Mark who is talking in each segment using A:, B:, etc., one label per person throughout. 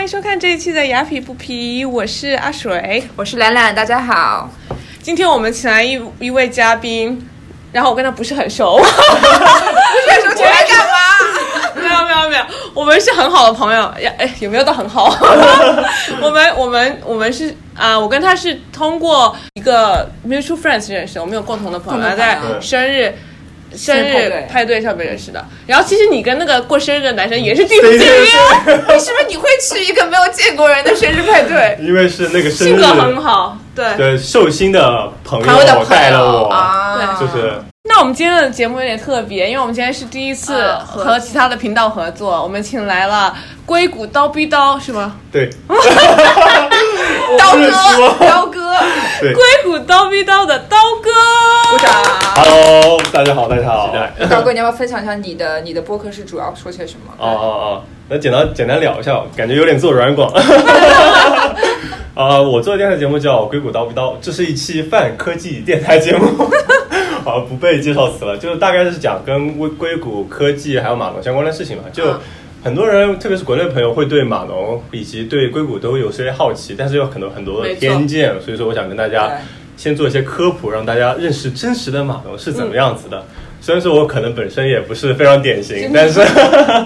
A: 迎收看这一期的雅痞不皮，我是阿水。
B: 我是兰兰，大家好。
A: 今天我们请来一一位嘉宾，然后我跟他不是很 熟，
B: 这时候来干嘛？
A: 没有没有没有，我们是很好的朋友呀，哎，有没有到很 好？我们我们我们是啊、我跟他是通过一个 mutual friends 认识的，我们有共同的朋友，
B: 共同
A: 然后
B: 朋
A: 在
B: 友
A: 生日。生
B: 日派
A: 日
B: 对
A: 派对上面认识的，然后其实你跟那个过生日的男生也是地府情
B: 对
A: 缘，
B: 为什么你会去一个没有见过人的生日派对？
C: 因为是那个 生
A: 性
C: 日
A: 格很好，对。
C: 对寿星的朋
B: 朋友的
C: 友
B: 朋
C: 带了
B: 友
C: 我，
B: 啊，
C: 就是
A: 那我们今天的节目有点特别，因为我们今天是第一次
B: 啊合
A: 和其他的频道合作，我们请来了硅谷刀逼刀是吗？
C: 对
B: 刀
C: 我不
B: 哥，
C: 是说
B: 刀 哥，
C: 对
A: 硅谷刀逼刀的刀哥，
B: 鼓掌。
C: ，Hello，大家好，大家好，
B: 刀哥，你要不要分享一下你的你的播客是主要说些什么？
C: 哦哦哦，那简单简单聊一下，感觉有点做软广。 啊，我做的电台节目叫《硅谷叨不叨》，这是一期泛科技电台节目。 啊，不被介绍词了，就是大概是讲跟硅硅谷科技还有码农相关的事情嘛。就
B: 嗯
C: 很多人，特别是国内朋友，会对码农以及对硅谷都有些好奇，但是有很多很多
A: 没
C: 的
A: 错
C: 偏见，所以说我想跟大
B: 对
C: 家先做一些科普，让大家认识真实的码农是
A: 嗯
C: 怎么样子的。虽然说我可能本身也不是非常典型，但是。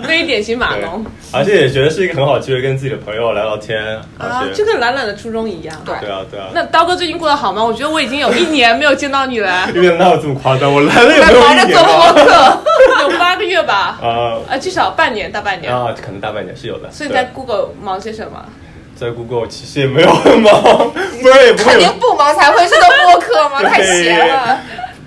A: 非典型码
C: 对
A: 农
C: 而且也觉得是一个很好的机会，跟自己的朋友聊聊天。
A: 啊
C: 而，
A: 这
C: 且，
A: 跟懒懒的初衷一样。
B: 对
C: 对啊，对啊。
A: 那刀哥最近过得好吗？我觉得我已经有一年没有见到你
C: ，
A: 了
C: 因为哪有这么夸张？我来了有没有
B: 瞒
C: 一
B: 着
C: 年
B: 做播
C: 啊？
B: 客，
A: 有八个月吧，
C: 啊
A: 啊，至少半年，大半年。
C: 啊，可能大半年是有的。
A: 所以你
C: 对
A: 在 Google 忙些什么？
C: 在 Google 其实也没有 很忙，不然也不会
B: 肯
C: 有
B: 定不忙才会是做播客吗？太闲了。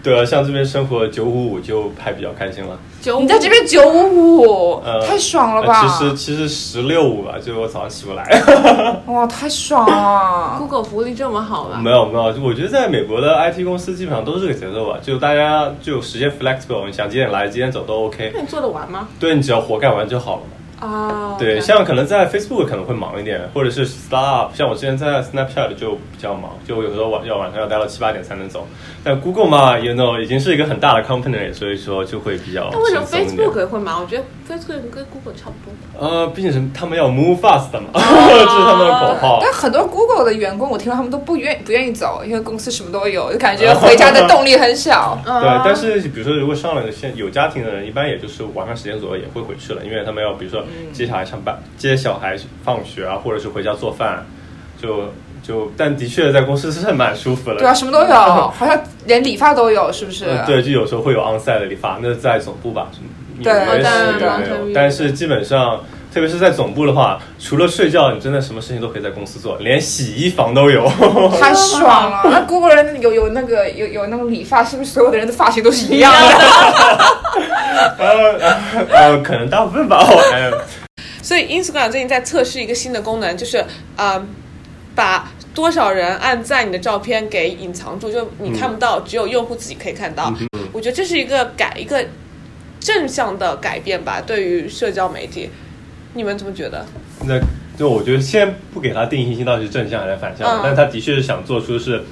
C: 对啊。像这边生活九五五就还比较开心了。
A: 九五
B: 你在这边九五五
C: 呃，
B: 太爽了吧？
C: 呃其实其实十六五吧，就是我早上起不来。
B: 哇，太爽啊了！
A: Google 福利这么好吗
C: 没？有没有，我觉得在美国的 IT 公司基本上都是这个节奏吧，就大家就时间 flexible，你想几点来几点走都 OK
A: 那。你做得完吗？
C: 对你只要活干完就好了嘛。
A: 啊，
C: 对，
A: OK
C: 像可能在 Facebook 可能会忙一点，或者是 Startup，像我之前在 Snapchat 就比较忙，就有时候晚要晚上要待到七八点才能走。但 Google 嘛，you know，已经是一个很大的 company，所以说就会比较
A: 那为什么
C: 轻松一点
A: Facebook 也会忙？我觉得 Facebook 跟 Google 差不多。
C: 呃，毕竟是他们要 move fast 嘛， 这是他们的口号。
B: 但很多 Google 的员工，我听说他们都不愿不愿意走，因为公司什么都有，就感 觉回家的动力很小。
A: 啊
C: 对，但是比如说，如果上了现有家庭的人，一般也就是晚上十点左右也会回去了，因为他们要比如说
A: 嗯
C: 接小孩上班、接小孩放学啊，或者是回家做饭，就就但的确在公司是蛮舒服的。
B: 对啊，什么都有，好像连理发都有，是不是？
A: 啊
C: 呃对，就有时候会有 onsite 的理发，那是在总部吧？
B: 对
C: 纽
A: 啊
C: 约
A: 在
C: 市有没
A: Mountain View
C: 有？但是基本上，特别是在总部的话，除了睡觉，你真的什么事情都可以在公司做，连洗衣房都 有。
B: 太爽了！那 Google 人有有那个有有那个理发，是不是所有的人的发型都是一样的？
C: 呃呃，可能大部分吧。我哎
A: 所以 Instagram 最近在测试一个新的功能，就是呃，把多少人按赞你的照片给隐藏住，就
C: 嗯
A: 你看不到，只有用户自己可以看到。我觉得这是一个改一个正向的改变吧，对于社交媒体，你们怎么觉得？
C: 那就我觉得先不给他定义性到底是正向还是反向，
A: 嗯
C: 但他的确是想做出是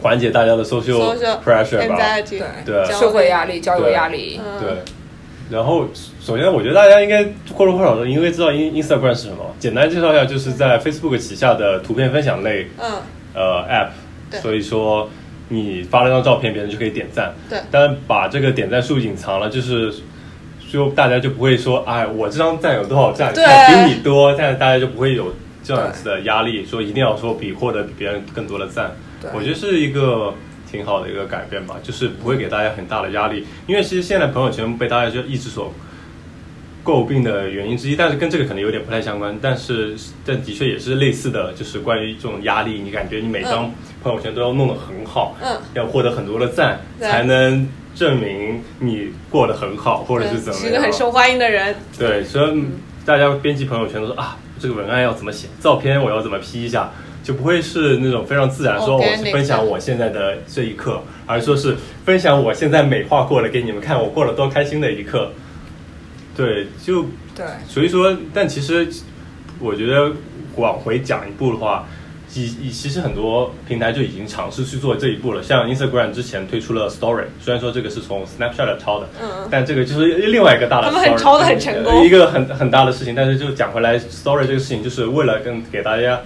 C: 缓解大家的 social
A: Social
C: pressure 吧。
A: anxiety，
B: 对
C: 对
A: 焦虑
B: 社会压力、交友压力，
A: 嗯
C: 对。然后，首先我觉得大家应该或多或少的应该知道 In Instagram 是什么。简单介绍一下，就是在 Facebook 旗下的图片分享类
A: 嗯，
C: 呃 App，
A: 对
C: 所以说你发了张照片，别人就可以点赞。
A: 对
C: 但把这个点赞数隐藏了，就是就大家就不会说，哎，我这张赞有多少赞，
A: 对
C: 看比你多，但是大家就不会有这样子的压力，说一定要说比获得比别人更多的赞
B: 对。
C: 我觉得是一个挺好的一个改变吧，就是不会给大家很大的压力，因为其实现在朋友圈被大家就一直所。诟病的原因之一，但是跟这个可能有点不太相关，但是但的确也是类似的，就是关于这种压力，你感觉你每张朋友圈都要弄得很好，
A: 嗯，
C: 要获得很多的赞，
A: 对
C: 才能证明你过得很好，或者是怎么样。
A: 是一个很受嗯欢迎的人，
C: 对，所以大家编辑朋友圈都说啊，这个文案要怎么写，照片我要怎么 P 一下，就不会是那种非常自然说
A: 哦 Organic
C: 我是分享我现在的这一刻，而说是分享我现在美化过了给你们看，我过了多开心的一刻。对，就
B: 对。
C: 所以说，但其实我觉得往回讲一步的话，以以其实很多平台就已经尝试去做这一步了，像 Instagram 之前推出了 Story，虽然说这个是从 Snapchat 抄的，
A: 嗯
C: 但这个就是另外一个大的 story，
A: 他们很抄得很成功
C: 呃一个很很大的事情。但是就讲回来，Story 这个事情，就是为了跟给大家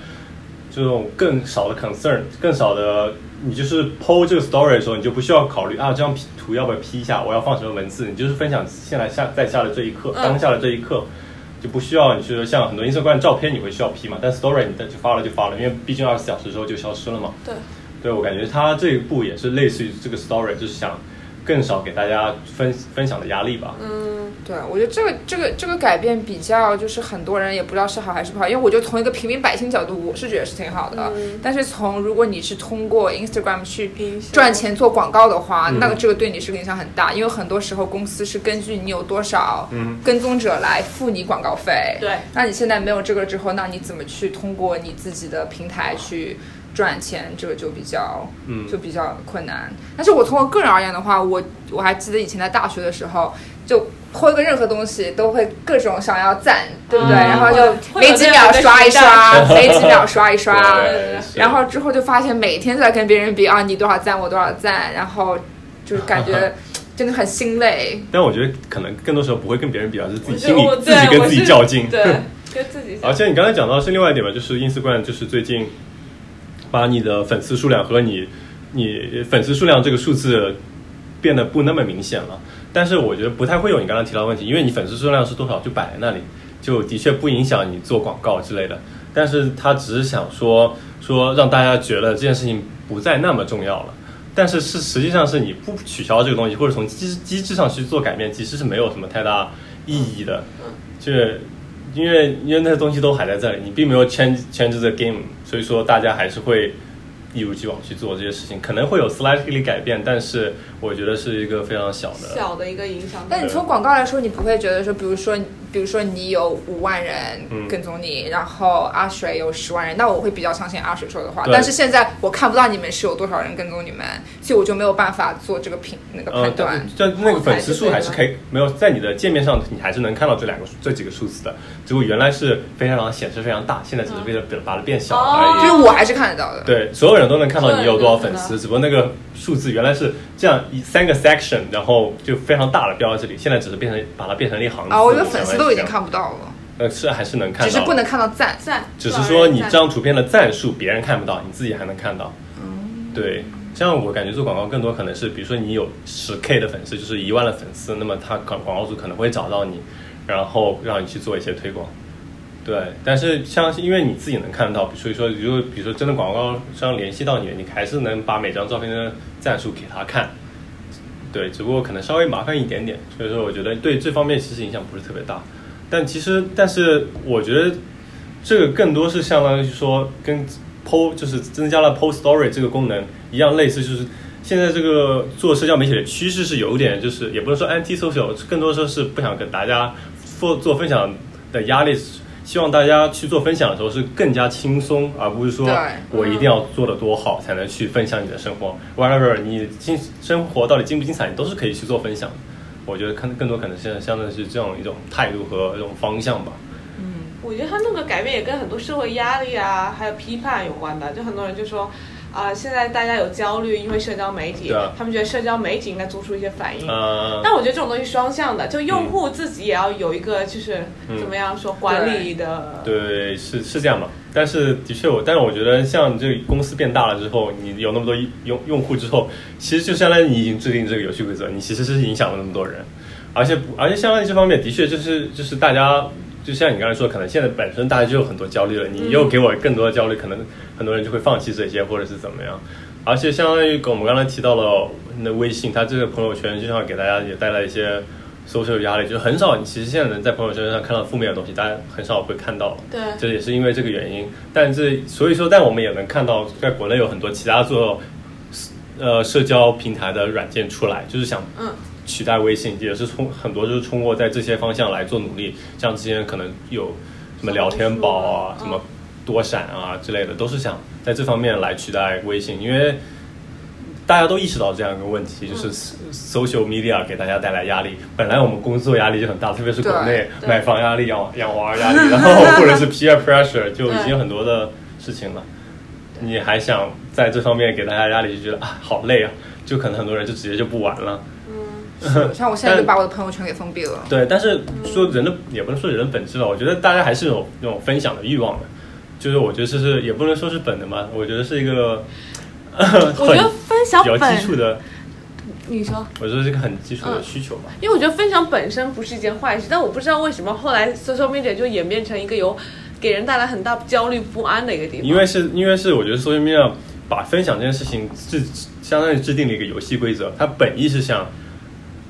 C: 这种更少的 concern，更少的，你就是 PO 这个 Story 的时候，你就不需要考虑啊，这张 P 图要不要 P 一下，我要放什么文字，你就是分享现在下在下的这一刻，
A: 嗯
C: 当下的这一刻。就不需要你去像很多 Instagram 照片你会需要 P 嘛，但 Story 你的就发了就发了，因为毕竟二十四小时之后就消失了嘛。
A: 对，
C: 对我感觉他这一步也是类似于这个 Story，就是想更少给大家分分享的压力吧。
A: 嗯，
B: 对，我觉得这个这个这个改变比较就是很多人也不知道是好还是不好，因为我觉得从一个平民百姓角度，我是觉得是挺好的。
A: 嗯
B: 但是从如果你是通过 Instagram 去
A: 影响
B: 赚钱做广告的话，
C: 嗯
B: 那个这个对你是个影响很大，因为很多时候公司是根据你有多少
C: 嗯
B: 跟踪者来付你广告费。
A: 对，
B: 那你现在没有这个之后，那你怎么去通过你自己的平台去赚钱？这个就比较
C: 嗯
B: 就比较困难。但是我从我个人而言的话，我我还记得以前在大学的时候，就抛一个任何东西都会各种想要赞，对不对？
A: 嗯
B: 然后就
A: 会有
B: 没几
A: 这样
B: 秒
A: 的时
B: 刷一
A: 代
B: 刷， 没几秒刷一刷，
C: 对是
B: 然后之后就发现每天都在跟别人比啊，你多少赞，我多少赞，然后就是感 觉真的很心累。
C: 但我觉得可能更多时候不会跟别人比，而是自己
A: 我
C: 心
A: 就
C: 里
A: 我
C: 自己
A: 对
C: 跟
A: 我
C: 自己
A: 是
C: 较劲。 哦
A: 对，跟自己
C: 而
A: 较劲，
C: 且你刚才讲到是另外一点吧，就是 Instagram 就是最近把你的粉丝数量和你你粉丝数量这个数字变得不那么明显了。但是我觉得不太会有你刚刚提到的问题，因为你粉丝数量是多少就摆在那里，就的确不影响你做广告之类的。但是他只是想说说让大家觉得这件事情不再那么重要了。但是是实际上是你不取消这个东西，或者从机机制上去做改变，其实是没有什么太大意义的。就是因为因为那些东西都还在这里，你并没有 change change the game，所以说大家还是会一如既往去做这些事情，可能会有 slightly 改变，但是我觉得是一个非常小的。
A: 小的一个影响。
B: 但你从广告来说，你不会觉得说，比如说，比如说你有五万人跟踪你，嗯然后阿水有十万人，那我会比较相信阿水说的话。
C: 对
B: 但是现在我看不到你们是有多少人跟踪你们，所以我就没有办法做这个评那个
C: 呃
B: 判，断
C: 但。但那个粉丝数还是可以没有在你的界面上，你还是能看到这两个数这几个数字的。只不过原来是非常显示非常大，现在只是为了把它变小而已。
A: 哦
B: 就是我还是看得到的。
C: 对，所有人都能看到你有多少粉
A: 所有人都能看
C: 丝，只不过那个数字原来是这样一三个 section，然后就非常大的标在这里，现在只是变成把它变成了一行字。
B: 啊，我觉得粉丝都已经
C: 相当于是这样，
B: 看不到了，
C: 呃，是还是能看
B: 只
C: 到，
B: 是不，能看到赞。
A: 赞，
C: 只是说你这
A: 赞
C: 张图片的赞数别人看不到，你自己还能看到。对，这样我感觉做广告更多可能是，比如说你有十 K 的粉丝，就是一万的粉丝，那么他广广告主可能会找到你，然后让你去做一些推广。对，但是像是因为你自己能看到，所以说如果比如说真的广告商联系到你，你还是能把每张照片的赞数给他看。对，只不过可能稍微麻烦一点点，所以说我觉得对这方面其实影响不是特别大。但其实，但是我觉得这个更多是相当于说跟 PO 就是增加了 PO Story 这个功能一样类似，就是现在这个做社交媒体的趋势是有点就是也不能说 anti social，更多说是不想给大家做做分享的压力。希望大家去做分享的时候是更加轻松，而不是说
B: 对
C: 我一定要做的多好才能去分享你的生活。Whatever，你精生活到底精不精彩，你都是可以去做分享的。我觉得看更多可能是相当于是这种一种态度和一种方向吧。
A: 我觉得他那个改变也跟很多社会压力啊，还有批判有关的。就很多人就说，啊、现在大家有焦虑，因为社交媒体，
C: 对啊
A: 他们觉得社交媒体应该做出一些反应。
C: 呃，
A: 嗯但我觉得这种东西双向的，就用户自己也要有一个，就是、怎么样说管理的，
C: 嗯对，是是这样吧。但是的确我，但是我觉得像这个公司变大了之后，你有那么多用用户之后，其实就相当于你已经制定这个游戏规则，你其实是影响了那么多人，而且不而且相当于这方面的确就是就是大家。就像你刚才说，可能现在本身大家就有很多焦虑了，你又给我更多的焦虑，可能很多人就会放弃这些，或者是怎么样。而且相当于跟我们刚才提到了那微信，它这个朋友圈就像给大家也带来一些 social 压力，就是很少，你其实现在能在朋友圈上看到负面的东西，大家很少会看到了。
A: 对
C: 这也是因为这个原因。但这所以说，但我们也能看到，在国内有很多其他做呃社交平台的软件出来，就是想
A: 嗯，
C: 取代微信，也是通很多就是通过在这些方向来做努力，像之前可能有什么聊天宝啊
A: 小红书啊、
C: 什么多闪啊之类的，都是想在这方面来取代微信，因为。大家都意识到这样一个问题，就是 social media 给大家带来压力。本来我们工作压力就很大，特别是国内
A: 对对
C: 买房压力、养养娃儿压力，然后或者是 peer pressure，就已经有很多的事情了。你还想在这方面给大家压力，就觉得啊好累啊，就可能很多人就直接就不玩了。
B: 是像我现在就把我的朋友圈给封闭了。
C: 对，但是说人的也不能说人的本质吧，我觉得大家还是有那种分享的欲望的，就是我觉得这是也不能说是本能吧，我觉得是一个，
A: 我觉得
C: 很
A: 分享
C: 比较基础
A: 本，
C: 的，
A: 你说，
C: 我觉得是个很基础的需求吧。
A: 因为我觉得分享本身不是一件坏事，但我不知道为什么后来 social media 就演变成一个有给人带来很大焦虑不安的一个地方。
C: 因为是因为是我觉得 social media 把分享这件事情制相当于制定了一个游戏规则，它本意是想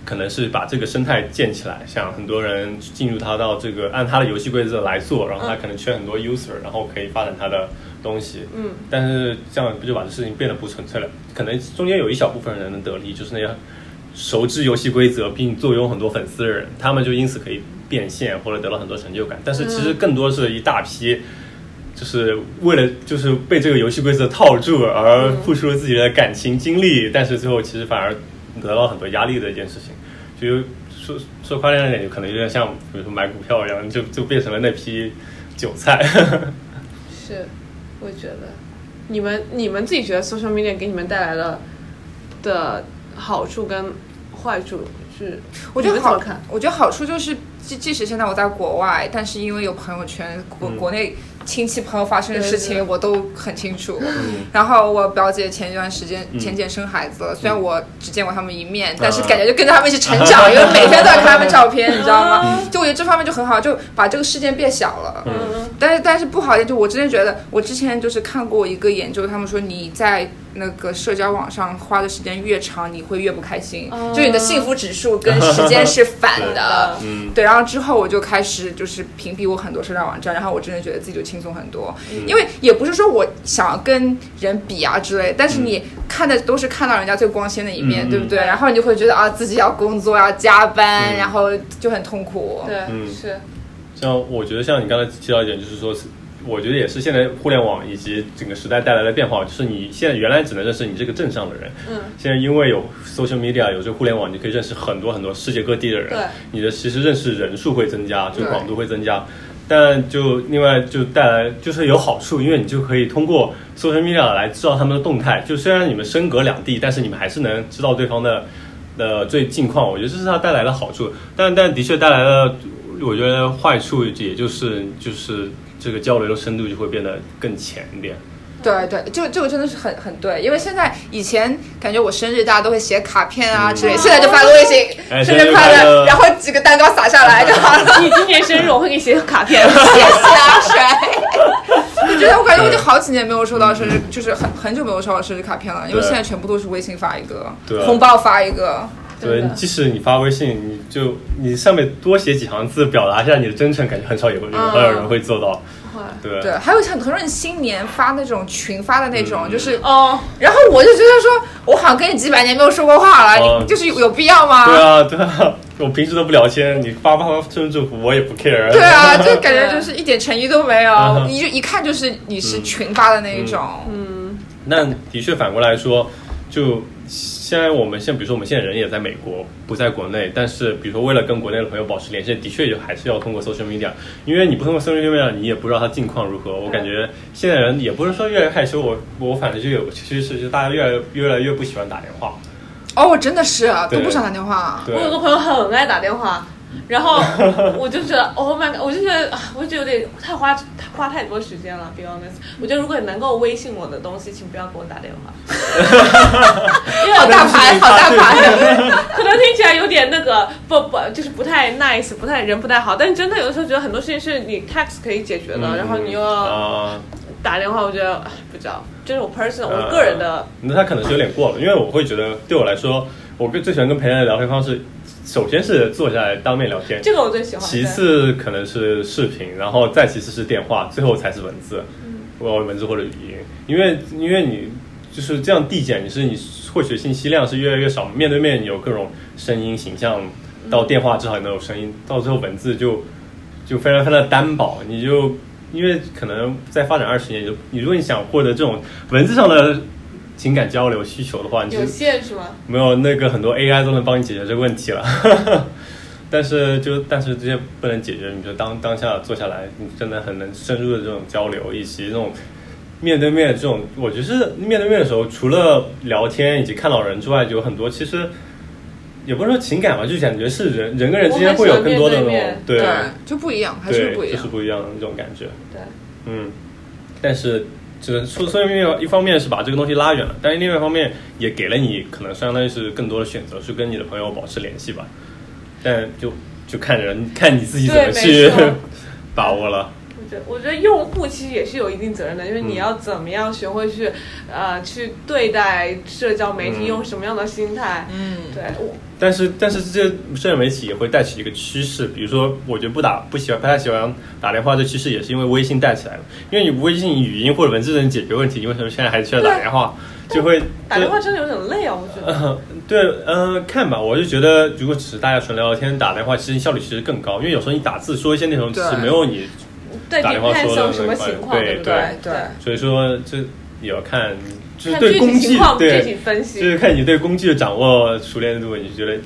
C: 可能是把这个生态建起来，想很多人进入它到这个按它的游戏规则来做，然后它可能圈很多 user，然后可以发展它的东西。
A: 嗯，
C: 但是这样不就把这事情变得不纯粹了？可能中间有一小部分人能得利，就是那些熟知游戏规则并坐拥很多粉丝的人，他们就因此可以变现或者得到很多成就感。但是其实更多是一大批。就是为了就是被这个游戏规则套住而付出了自己的感情经历，但是最后其实反而得到很多压力的一件事情。就有说说夸张一点，就可能有点像比如说买股票一样，就就变成了那批韭菜。
A: 是，我觉得你们你们自己觉得 social media 给你们带来了的好处跟坏处是，
B: 我觉
A: 你
B: 得
A: 们怎
B: 好
A: 么看？，
B: 我觉得好处就是，即即使现在我在国外，但是因为有朋友圈，国、
C: 嗯
B: 国内亲戚朋友发生的事
A: 对对
B: 情我都很清楚。 然后我表姐前一段时间前姐生孩子了，虽然我只见过他们一面，但是感觉就跟着他们一起成长，因为每天都在看他们照片，你知道吗？ 就我觉得这方面就很好，就把这个事件变小了。
A: 嗯
B: 但是但是不好一点，就我之前觉得，我之前就是看过一个研究，他们说你在那个社交网上花的时间越长，你会越不开心，
A: 哦
B: 就你的幸福指数跟时 间是反的。
A: 的，
C: 嗯，
B: 对，然后之后我就开始就是屏蔽我很多社交网站，然后我真的觉得自己就轻松很多，
C: 嗯
B: 因为也不是说我想要跟人比啊之类，但是你看的都是看到人家最光鲜的一面，
C: 嗯
B: 对不对？
A: 嗯
B: 然后你就会觉得啊，自己要工作要加班，
C: 嗯
B: 然后就很痛苦。
A: 对，
C: 嗯
A: 是，
C: 像我觉得像你刚才提到一点，就是说是，我觉得也是现在互联网以及整个时代带来的变化，就是你现在原来只能认识你这个镇上的人，
A: 嗯，
C: 现在因为有 social media 有这个互联网，你可以认识很多很多世界各地的人，
A: 对
C: 你的其实认识人数会增加，就
B: 对
C: 广度会增加。但就另外就带来就是有好处，因为你就可以通过 social media 来知道他们的动态。就虽然你们身隔两地，但是你们还是能知道对方的呃最近况。我觉得这是它带来的好处，但但的确带来了，我觉得坏处也就是就是这个交流的深度就会变得更浅一点。
B: 对对，这个这个真的是很很对，因为现在以前感觉我生日大家都会写卡片啊之类，
C: 嗯
B: 现在就发个微信，
C: 哎
B: 生
C: 生日
B: 日快
C: 快
B: 乐，
C: 乐
B: 然后几个蛋糕撒下来就好了，
A: 你今年生日我会给你写个卡 片。
B: 谢谢阿水。就觉得 我感觉我已经好几年没有收到生日，就是很很久没有收到生日卡片了，因为
C: 对
B: 现在全部都是微信发一个
C: 对，
B: 红包发一个。
C: 对
A: 真的，
C: 即使你发微信，你就你上面多写几行字表达一下你的真诚，感觉很少有有
B: 嗯
C: 有人会做到。对，
B: 对，还有很多人新年发那种群发的那种，
C: 嗯
B: 就是，
A: 哦，
B: 然后我就觉得说，我好像跟你几百年没有说过话了，
C: 哦
B: 你就是有有必要吗？
C: 对啊，对啊，我平时都不聊天，你发发发生日祝福我也不 care。
B: 对啊，就感觉就是一点诚意都没有，
C: 嗯
B: 你就一看就是你是群发的那一种。
C: 那的确反过来说，就现在我们现在比如说我们现在人也在美国，不在国内，但是比如说为了跟国内的朋友保持联系，的确也还是要通过 social media，因为你不通过 social media，你也不知道他近况如何。我感觉现在人也不是说越来越害羞，我我反正就有趋势，就大家越来越来越不喜欢打电话。
B: 哦，我真的是都
C: 对
B: 不想打电话。
C: 对
A: 我有个朋友很爱打电话，然 后我就觉得，Oh my god，我就觉得，啊我就觉得有点太花太花太多时间了。Be honest，我觉得如果你能够微信我的东西，请不要给我打电 话， 因为
B: 好大牌，好大牌！
A: 可能听起来有点那个不不，就是不太 nice，不太人不太好，但真的有的时候觉得很多事情是你 text 可以解决的，然后你又要
C: 嗯啊，
A: 打电话，我觉得唉不知道，这是我 person
C: 呃
A: 我个人的，
C: 那他可能是有点过了，因为我会觉得对我来说，我跟最喜欢跟朋友的聊天方式，首先是坐下来当面聊天，
A: 这个我最喜欢。
C: 其次可能是视频，然后再其次是电话，最后才是文字，
A: 嗯
C: 我文字或者语音，因为因为你就是这样递减，你是你获取信息量是越来越少，面对面有各种声音形象，到电话至少也能有声音，到最后文字就就非常非常单薄，你就因为可能再发展二十年，你就你如果你想获得这种文字上的情感交流需求的话，你
A: 对
C: 就
A: 有限是吗？
C: 没有那个很多 AI 都能帮你解决这个问题了， 但是就但是这些不能解决，你就当当下坐下来，你真的很能深入的这种交流，以及这种面对面这种，我觉得是面对面的时候，除了聊天以及看到人之外，有很多其实也不是说情感吧，就感觉是人人跟人之间会有更多的
A: 我很喜欢
C: 那
A: 面
C: 种
A: 对
C: 对
B: 就不一样，还是
C: 对，
B: 不一
C: 就
B: 样
C: 是。不一样的那种感觉。
A: 对，
C: 嗯，但是只能说，所以一方面是把这个东西拉远了，但是另外一方面也给了你可能相当于是更多的选择，去跟你的朋友保持联系吧。但就就看人看你自己怎么
A: 对
C: 去
A: 没错
C: 把握了。
A: 我觉得我觉得用户其实也是有一定责任的，因为
C: 嗯
A: 你要怎么样学会去，呃，去对待社交媒体，
C: 嗯
A: 用什么样的心态？
B: 嗯，
A: 对，我
C: 但是但是这社交媒体也会带起一个趋势，比如说，我觉得不打不喜欢不太喜欢打电话这趋势，也是因为微信带起来了。因为你微信语音或者文字能解决问题，你为什么现在还需要打
A: 对
C: 电话？就会
A: 打电话真的有点累啊，我觉得。
C: 对，嗯、看吧，我就觉得，如果只是大家纯聊聊天、打电话，其实效率其实更高，因为有时候你打字说一些内容，其
B: 对
C: 实没有你，
A: 对，
C: 打电话
A: depends
C: 说的
A: on 什么
C: 那块
A: 情况，
C: 对
A: 不
C: 对
A: 对
B: 对
C: 所以说这也要看，就是
A: 看
C: 对
A: 具
C: 工
A: 体
C: 具
A: 情况具体
C: 对，
A: 分
C: 就
A: 析。
C: 是看你对工具的掌握熟练度，你觉得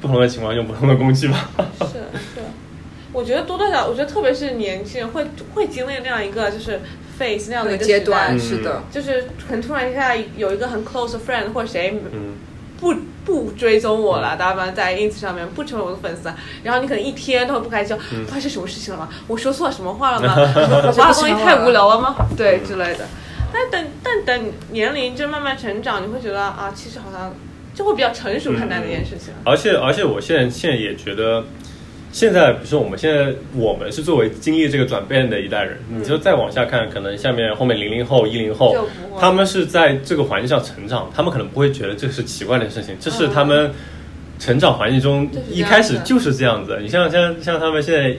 C: 不同的情况用不同的工具吧。
A: 是是，我觉得多多少，我觉得特别是年轻人会会经历那样一个就是 face 那样的
B: 那
A: 一个
B: 个阶
A: 时
B: 段
A: 代
C: 嗯
B: 是的，
A: 就是很突然一下有一个很 close 的 friend 或者谁
C: 嗯，
A: 不不追踪我了，大家反在 ins 上面不成为我的粉丝啊，然后你可能一天都会不开心，
C: 嗯
A: 发生什么事情了吗？我说错什么话 了吗？我发的东西太无聊了吗？
B: 嗯
A: 对之类的。但等但等年龄就慢慢成长，你会觉得啊，其实好像就会比较成熟看
C: 嗯
A: 待这件事情。
C: 而且而且我现在现在也觉得，现在比如说我们现在我们是作为经历这个转变的一代人，你就再往下看，可能下面后面零零后、一零后
A: 嗯就不，会
C: 他们是在这个环境上成长，他们可能不会觉得这是奇怪的事情，这是他们。成长环境中
A: 嗯就是这样
C: 一开始就是这样子，你像像像他们现在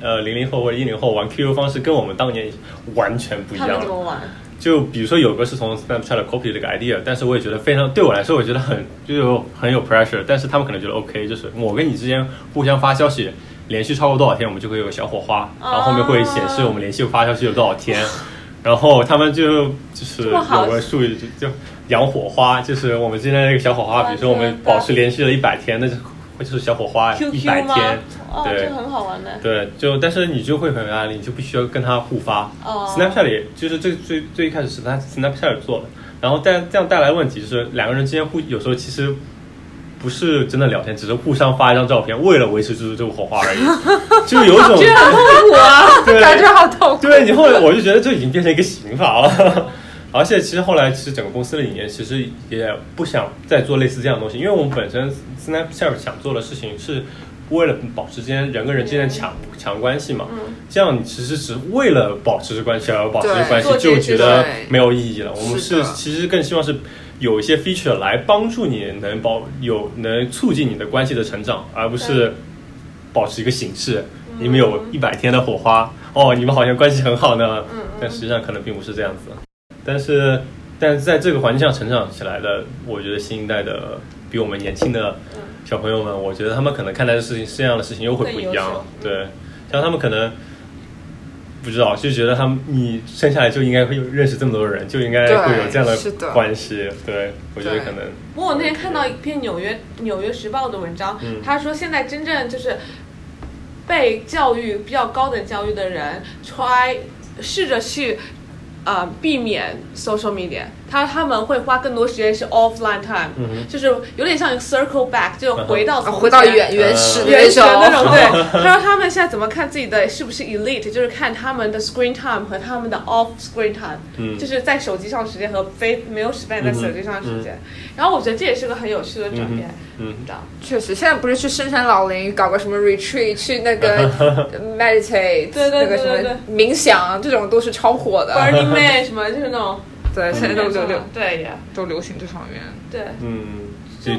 C: 呃零零后或者一零后玩 QQ 方式跟我们当年完全不一
A: 他们
C: 样了
A: 怎。么玩？
C: 就比如说有个是从 Snapchat copy 这个 idea，但是我也觉得非常对我来说，我觉得很就有很有 pressure，但是他们可能觉得 OK，就是我跟你之间互相发消息，连续超过多少天，我们就会有个小火花，
A: 哦
C: 然后后面会显示我们连续发消息有多 少天，然后他们就就是
A: 这么好
C: 有个术语就就养火花，就是我们之间的那个小火
A: 哇
C: 花，比如说我们保持连续了一百天，那就会就是小火 花一
A: QQ
C: 百
A: 吗
C: 天，？
A: 哦，
C: 对
A: 这个很好玩 的。
C: 对，就但是你就会很有压力，你就必须要跟他互发。
A: 哦
C: Snapchat 也就是最最最一开始是他 Snapchat 做的，然后但这样带来的问题就是两个人之间互有时候其实不是真的聊天，只是互相发一张照片，为了维持住这个火花而已，就有一种
B: 痛苦啊，
C: 对
B: 感觉好痛苦。
C: 对你后来我就觉得这已经变成一个刑罚了。 而且其实后来，其实整个公司的理念其实也不想再做类似这样的东西，因为我们本身 Snapchat 想做的事情是为了保持之间人跟人之间的强强关系嘛。
A: 嗯
C: 这样你其实只为了保持这关系而保持这关系
A: 对，做
C: 就
A: 这些
C: 觉得
B: 对
C: 没有意义了。我们
B: 是的
C: 是其实更希望是有一些 feature 来帮助你能保有能促进你的关系的成长，而不是
A: 对
C: 保持一个形式。你们有一百天的火花哦，你们好像关系很好呢，但实际上可能并不是这样子。但是，但是在这个环境下成长起来的，我觉得新一代的比我们年轻的小朋友们，我觉得他们可能看待的事情这样的事情又会不一样了。
A: 更
C: 对，像他们可能不知道，就觉得他们你生下来就应该会有认识这么多人，就应该
B: 对
C: 会有这样
B: 是的
C: 关系。对，我觉得
B: 对
C: 可能
A: 不过我那天看到一篇纽约《纽约时报》的文章
C: 嗯，
A: 他说现在真正就是被教育比较高等教育的人，try 试着去呃避免 social media，他他们会花更多时间是 offline time，、
C: 嗯哼嗯
A: 就是有点像 circle back，就回到从前、
B: 啊回到原原始的
A: 原
B: 那
A: 始的那 种
B: 种，
A: 对。他说他们现在怎么看自己的是不是 elite，就是看他们的 screen time 和他们的 off screen time，、
C: 嗯
A: 就是在手机上的时间和非没有时间在手机上的时间。然后我觉得这也是个很有趣的转变，
C: 嗯
A: 你知 道吗？
B: 确实，现在不是去深山老林搞个什么 retreat，去那个 meditate，
A: 对对
B: 那个
A: 对
B: 什
A: 对
B: 么冥想，这种都是超火 的。
A: Burning Man 什么就是那种
B: 对，现在
A: 嗯
B: 都都流
A: 对呀，
B: 都流行这方面。
A: 对，
C: 嗯，就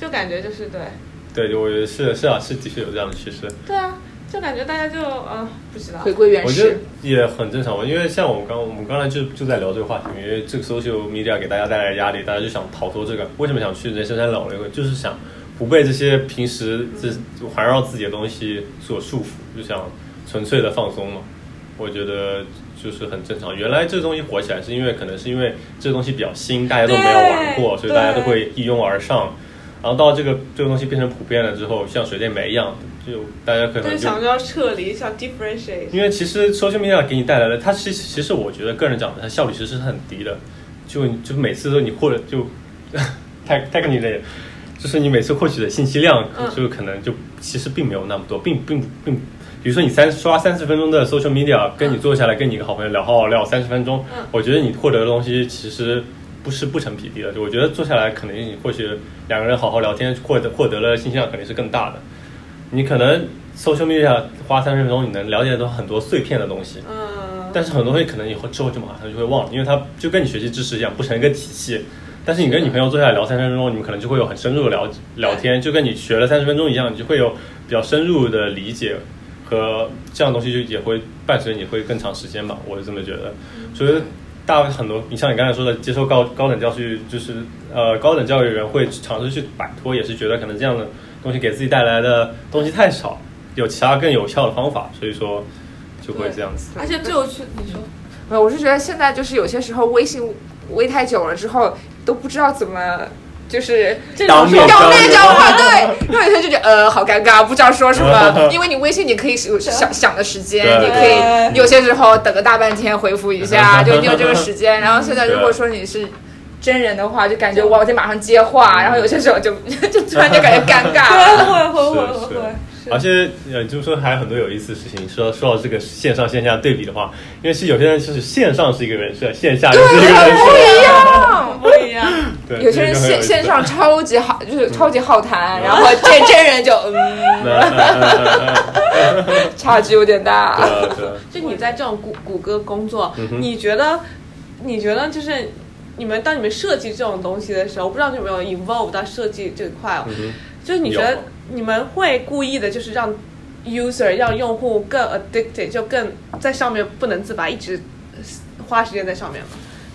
A: 就感觉就是对，
C: 对，我觉得是是啊，是的确有这样的趋势。
A: 对啊，就感觉大家就呃不知道
B: 回，归原
C: 我觉得
B: 始，
C: 也很正常吧，因为像我们刚我们刚才就就在聊这个话题，因为这个 social media 给大家带来的压力，大家就想逃脱这个。为什么想去人深山老林？就是想不被这些平时这环绕自己的东西所束缚，就想纯粹的放松嘛。我觉得就是很正常。原来这东西火起来是因为可能是因为这东西比较新，大家都没有玩过，
A: 对
C: 所以大家都会一拥而上。然后到这个这个东西变成普遍了之后，像水电煤一样，就大家可
A: 但
C: 能
A: 是
C: 就
A: 想着要撤离，想 differentiate。
C: 因为其实 social media 给你带来的，它其实其实我觉得个人讲的，它效率其实是很低的，就就每次都你获得就太太跟你累了，就是你每次获取的信息量
A: 嗯，
C: 就可能就其实并没有那么多，并并并，比如说你三刷三十分钟的 social media，跟你坐下来跟你一个好朋友聊好好聊三十分钟
A: 嗯，
C: 我觉得你获得的东西其实。不是不成比例的，就我觉得坐下来可能你或许两个人好好聊天，获得获得了信息量肯定是更大的。你可能 social media 花三十分钟，你能了解到很多碎片的东西，
A: 嗯，
C: 但是很多东西可能以后之后就马上就会忘了，因为它就跟你学习知识一样，不成一个体系。但是你跟女朋友坐下来聊三十分钟，你们可能就会有很深入的聊聊天，就跟你学了三十分钟一样，你就会有比较深入的理解和这样的东西就也会伴随你会更长时间吧，我是这么觉得。所以大很多，你像你刚才说的，接受高高等教育，就是呃高等教育的人会尝试去摆脱，也是觉得可能这样的东西给自己带来的东西太少，有其他更有效的方法，所以说就会这样子。
A: 而且最有趣，你说，
B: 没有，我是觉得现在就是有些时候微信微太久了之后都不知道怎么。就是
A: 这
C: 当面
B: 要
C: 交
B: 那
C: 流
B: 种 话，对，因为他就觉得呃好尴尬，不知道说什么。因为你微信你可以有想想的时间，
C: 对
B: 你可以有些时候等个大半天回复一下，就你有这个时间。然后现在如果说你是真人的话，就感觉哇我得马上接话，然后有些时候就就突然就感觉尴尬
A: 对，
B: 了。
A: 会会会
C: 是
A: 会会，是
C: 而且呃，就是说还有很多有意思的事情。说说到这个线上线下对比的话，因为是有些人就是线上是一个人设，线下又是一个人设，
B: 不一样。
A: 不一样。
C: 对，
B: 有些人
C: 这个就很
B: 线
C: 有意思
B: 线上超级好，就是超级好谈，然后见真人就嗯，
C: 嗯嗯嗯嗯嗯
B: 差距有点大。
C: 嗯对对，
A: 就你在这种谷谷歌工作，
C: 嗯哼
A: 你觉得，你觉得就是你们当你们设计这种东西的时候，我不知道你有没有 involve 到设计这一块哦，
C: 嗯 哼
A: 就是你觉
C: 有
A: 得你们会故意的，就是让 user 让用户更 addicted，就更在上面不能自拔，一直花时间在上面吗？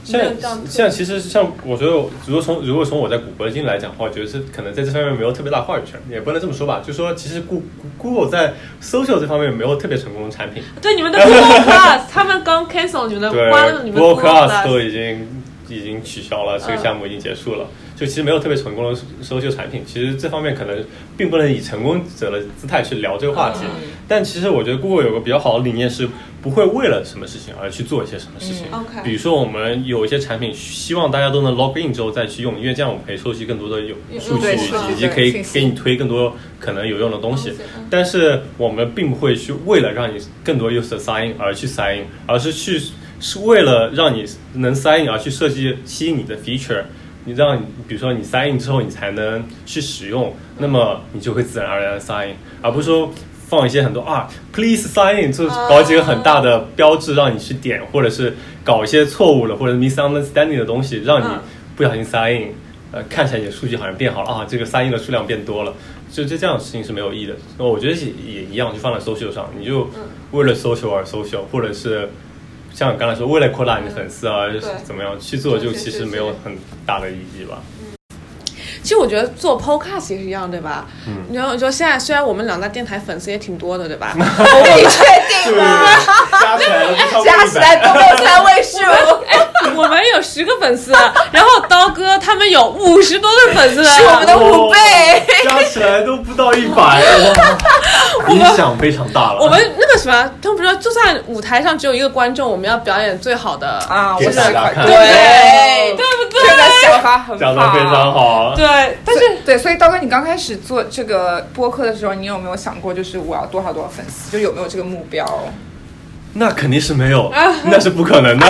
C: 现
A: 你没有这
C: 在
A: 样做
C: 现在其实像我觉得，如果从如果从我在谷歌经来讲的话，我觉得是可能在这方面没有特别大话语权，也不能这么说吧。就说其实 Goo- Google 在 social 这方面没有特别成功的产品，
A: 对你们的 Google Plus，他们刚 cancel 你们的
C: 对
A: 关了你们的
C: Google
A: Google
C: Class 都
A: Plus，
C: 已经已经取消了，这个
A: 嗯
C: 项目已经结束了。就其实没有特别成功的搜秀产品，其实这方面可能并不能以成功者的姿态去聊这个话题。
A: 嗯
C: 但其实我觉得 Google 有个比较好的理念是，不会为了什么事情而去做一些什么事情。
A: 嗯，OK
C: 比如说我们有一些产品，希望大家都能 log in 之后再去用，因为这样我们可以收集更多的有
A: 嗯
C: 数据，
A: 对是的
C: 以及
B: 对
C: 可以
B: 信息
C: 给你推更多可能有用的东西
A: 东西嗯。
C: 但是我们并不会去为了让你更多 user sign in 而去 sign in，而是去是为了让你能 sign in 而去设计吸引你的 feature。你让你，比如说你 sign in 之后，你才能去使用，那么你就会自然而然地 sign in，而不是说放一些很多啊，please sign in，就是搞几个 很大的标志让你去点，或者是搞一些错误的或者 misunderstanding 的东西，让你
A: 嗯
C: 不小心 sign in，呃，看起来你的数据好像变好了啊，这个 sign in 的数量变多了，就这这样的事情是没有意义的。那我觉得也也一样，就放在 social 上，你就为了 social 而 social，或者是像你刚才说，为了扩大你的粉丝啊，
A: 对
C: 怎么样去做，
A: 是
C: 就是其
A: 是
C: 实没有很大的意义吧。
A: 其实我觉得做 podcast 也是一样，对吧？嗯，然后你说现在虽然我们两大电台粉丝也挺多的，对吧？
B: 你确定吗？
C: 加起来都不超过
B: 加
C: 一
B: 起来
C: 百。
B: 都没有三位数。
A: 哎我们有十个 粉丝，然后刀哥他们有五十多个粉丝了，
B: 是我们的五倍
C: 哦 加起来都不到一百，哇影响非常大了。
A: 我们那个什么，他们不是说就算舞台上只有一个观众，我们要表演最好的
B: 啊，我
C: 给
B: 喜
C: 大家
B: 欢
C: 看
B: 对
A: 对不对？
B: 这个想法很
C: 讲的非常好，
A: 对，但
B: 但
A: 是
B: 是对，所以刀哥，你刚开始做这个播客的时候，你有没有想过，就是我要多少多少粉丝，就有没有这个目标？
C: 那肯定是没 有，
B: 啊
C: 那是不可能的。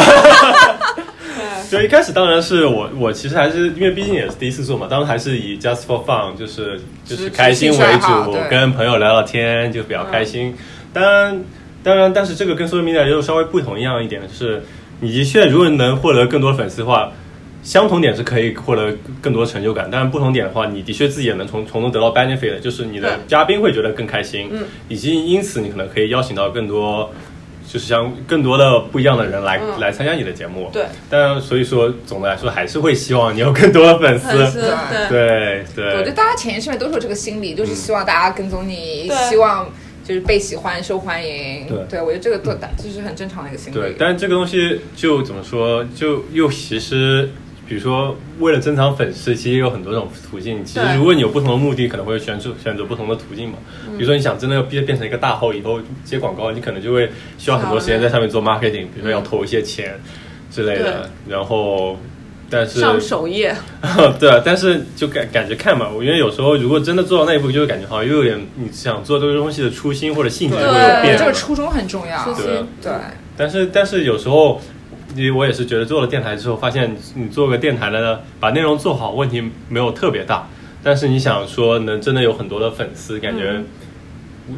C: 就一开始当然是我，我其实还是因为毕竟也是第一次做嘛，当时还是以 just for fun，就是就是开心为
B: 只是兴趣爱好
C: 主
B: 对，嗯
C: 跟朋友聊聊天就比较开心。当然，当然，但是这个跟 social media 又稍微不同样一点的是，你的确如果能获得更多粉丝的话，相同点是可以获得更多成就感，但是不同点的话，你的确自己也能从从中得到 benefit，的就是你的
A: 对
C: 嘉宾会觉得更开心，
A: 嗯
C: 以及因此你可能可以邀请到更多，就是像更多的不一样的人来、
A: 嗯
C: 来参加你的节目。
A: 对，
C: 但所以说总的来说还是会希望你有更多的粉丝。
A: 粉丝
B: 对
A: 对
C: 对
B: 我觉得
C: 对，
B: 大家潜意识里面都是有这个心理，
C: 嗯
B: 就是希望大家跟踪你，
A: 对
B: 希望就是被喜欢、受欢迎。
C: 对
B: 我觉得这个做大就是很正常的一个心理。
C: 对，但这个东西就怎么说，就又其实比如说为了增长粉丝，其实有很多种途径。其实
A: 对嗯
C: 如果你有不同的目的，可能会选择选择不同的途径嘛。比如说你想真的要变变成一个大号以后接广告，你可能就会需要很多时间在上面做 marketing，比如说
A: 嗯
C: 要投一些钱之类的。然后，但是
A: 上首页，
C: 对啊，但是就感感觉看嘛，我觉得有时候如果真的做到那一步，就会感觉好像又有点你想做这个东西的初心或者性质会有
B: 对，
C: 变
B: 这个
C: 了。
B: 初衷很重要。
A: 初
C: 对
A: 心，
B: 对，
C: 但是但是有时候，你我也是觉得做了电台之后，发现你你做个电台的，把内容做好，问题没有特别大。但是你想说能真的有很多的粉丝，感觉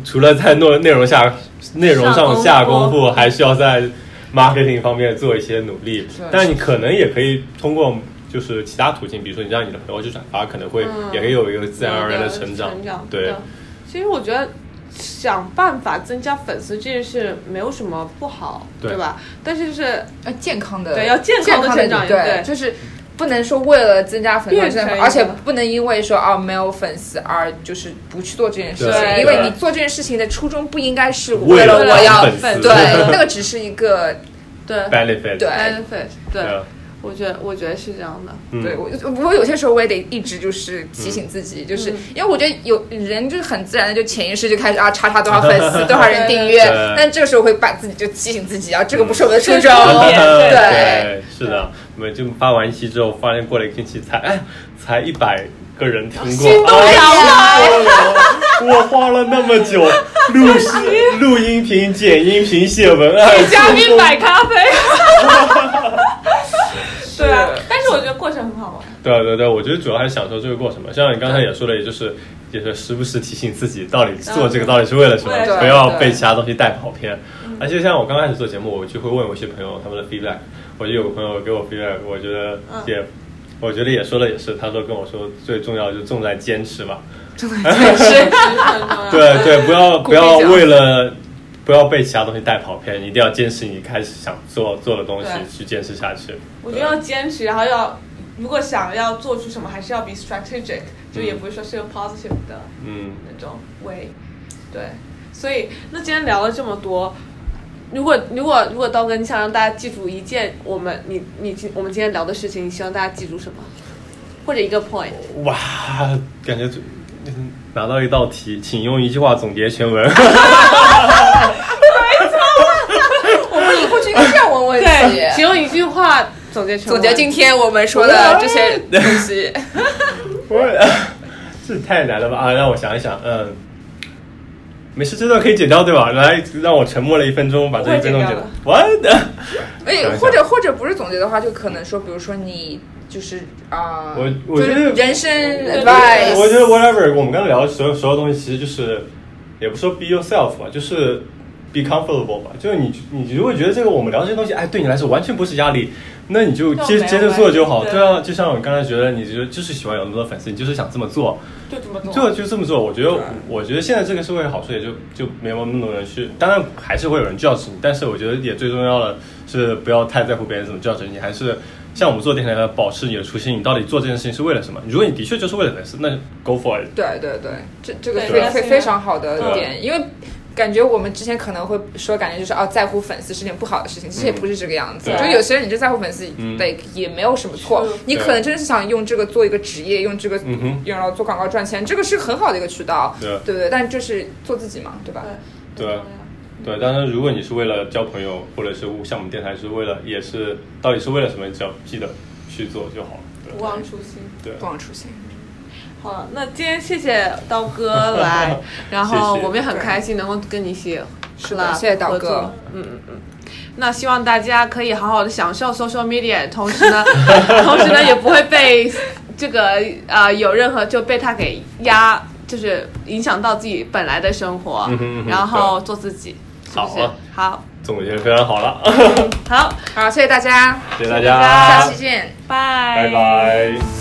C: 除了在内内容下内容上下
A: 下
C: 功
A: 功夫
C: 夫，还需要在 marketing 方面做一些努力
B: 是。
C: 但你可能也可以通过。就是其他途径，比如说你让你的朋友去转发，可能会
A: 嗯
C: 也可以有一个自然而然的
A: 成
C: 长。
A: 长
C: 对，
A: 其实我觉得想办法增加粉丝这件事没有什么不好，
C: 对
A: 对吧？但是就是
B: 要呃健康的，
A: 对要健康的成长
B: 健康
A: 对
B: 对，就是不能说为了增加粉丝而
A: 变
B: 增加
A: 成
B: 粉丝，而且
A: 一个
B: 不能因为说啊没有粉丝而就是不去做这件事情，
A: 对
B: 因为
A: 对
B: 你做这件事情的初衷不应该是
C: 为
B: 了
C: 了
B: 我要
C: 粉丝
B: 对，那个只是一个
A: 对
C: benefit
B: 对
A: benefit，对，
C: 啊
A: 我觉得我觉得是这样的，
C: 嗯
B: 对我，我有些时候我也得一直就是提醒自己，就是
A: 嗯
B: 因为我觉得有人就是很自然的就潜意识就开始啊，查查多少粉丝，多少人订阅
C: 对对对，
B: 但这个时候会把自己就提醒自己啊，这个不是我的初
A: 这是
B: 衷，
A: 重点对
B: 对
C: 对，是的，我们就发完一期之后，发现过了一个星期才哎才一百个人听过，
A: 心动
C: 哎呀
B: 了
C: 我花了那么久录录音频、剪音频、写文案，
A: 嘉宾买咖啡。 对啊，但是我觉得过程很好玩。
C: 对对对，我觉得主要还是享受这个过程嘛。像你刚才也说了，也就是也是时不时提醒自己，到底
B: 嗯
C: 做这个到底是为了什么
A: 对，
B: 啊
A: 对
C: 不要被其他东西带跑偏。而且像我刚开始做节目，我就会问我一些朋友他们的 feedback。我就有个朋友给我 feedback，我觉得
B: 嗯
C: 也，我觉得也说的也是，他说跟我说最重要就重在坚持嘛。对对，不要
B: 嗯鼓
C: 不
B: 励
C: 要
B: 奖
C: 为了不要被其他东西带跑偏，一定要坚持你开始想做做的东西
A: 对
C: 去坚持下去。
A: 我觉得要坚持，然后要如果想要做出什么，还是要 be strategic，就也不是说是个 positive 的
C: 嗯，
A: 那种 way。对，所以那今天聊了这么多。如果如果如果刀哥，你想让大家记住一件我们你你今我们今天聊的事情，你希望大家记住什么，或者一个 point？
C: 哇，感觉就嗯拿到一道题，请用一句话总结全文。
B: 我们以后就应该这样问问
A: 对，只
B: 题。
A: 用一句话总结全
B: 总结
A: 文
B: 今天我们说的这些东 西，
C: 我这太难了吧？啊，让我想一想，嗯。没事，这段可以剪掉对吧？来，让我沉默了一分钟，把这一分钟剪掉。What？
B: 哎，或者或者不是总结的话，就可能说，比如说你就是啊，
C: 我我
B: 就
C: 觉得
B: 是人生
A: 对
B: advice，
C: 我觉得 whatever，我们刚才聊的所有所有东西，其实就是也不说 be yourself 吧，就是 be comfortable 吧。就是你你如果觉得这个我们聊这些东西，哎，对你来说完全不是压力，那你就
A: 那我
C: 接
A: 没有
C: 接着做就好。
A: 关系
C: 对啊，就像我刚才觉得，你就就是喜欢有那么多粉丝，你就是想这么做，
A: 就这么多。
C: 就就这么做。我觉得我觉得现在这个社会好处也就就没有那么多人去，当然还是会有人 judge 你，但是我觉得也最重要的是不要太在乎别人怎么 judge 你，还是。像我们做电台的，保持你的初心，你到底做这件事情是为了什么？如果你的确就是为了粉丝，那 go for it。
B: 对对对，嗯这这个
A: 对
B: 非
A: 对
B: 非
A: 对
B: 非常好的
C: 对
B: 点，因为感觉我们之前可能会说，感觉就是啊，在乎粉丝是件不好的事情，其实也不是这个样子。
C: 对
B: 就有些人你就在乎粉丝
C: 嗯
B: ，like 也没有什么错
A: 是，
B: 你可能真的是想用这个做一个职业，用这个
C: 嗯哼
B: 用来做广告赚钱，这个是很好的一个渠道，
C: 对
B: 对不对？但就是做自己嘛，对吧？
C: 对对，当然，如果你是为了交朋友，或者是像我们电台是为了，也是到底是为了什么，只要记得去做就好了。
A: 不忘初心。
C: 对
B: 不忘初心。
A: 好了，那今天谢谢刀哥来，然后
C: 谢谢
A: 我们也很开心能够跟你一起
B: 是
A: 啦
B: 的，谢谢刀
A: 合
B: 哥
A: 作。嗯嗯嗯。那希望大家可以好好的享受 social media，同时呢， 同时呢也不会被这个呃有任何就被他给压，就是影响到自己本来的生活，
C: 嗯哼嗯哼
A: 然后做自己，是不
C: 好
A: 是？
C: 啊
A: 好，
C: 总结得非常好了，
A: 好，
B: 好，谢谢大家，
C: 谢谢大家，
A: 谢谢大
B: 下
A: 家
B: 期见。
A: 拜
C: 拜拜。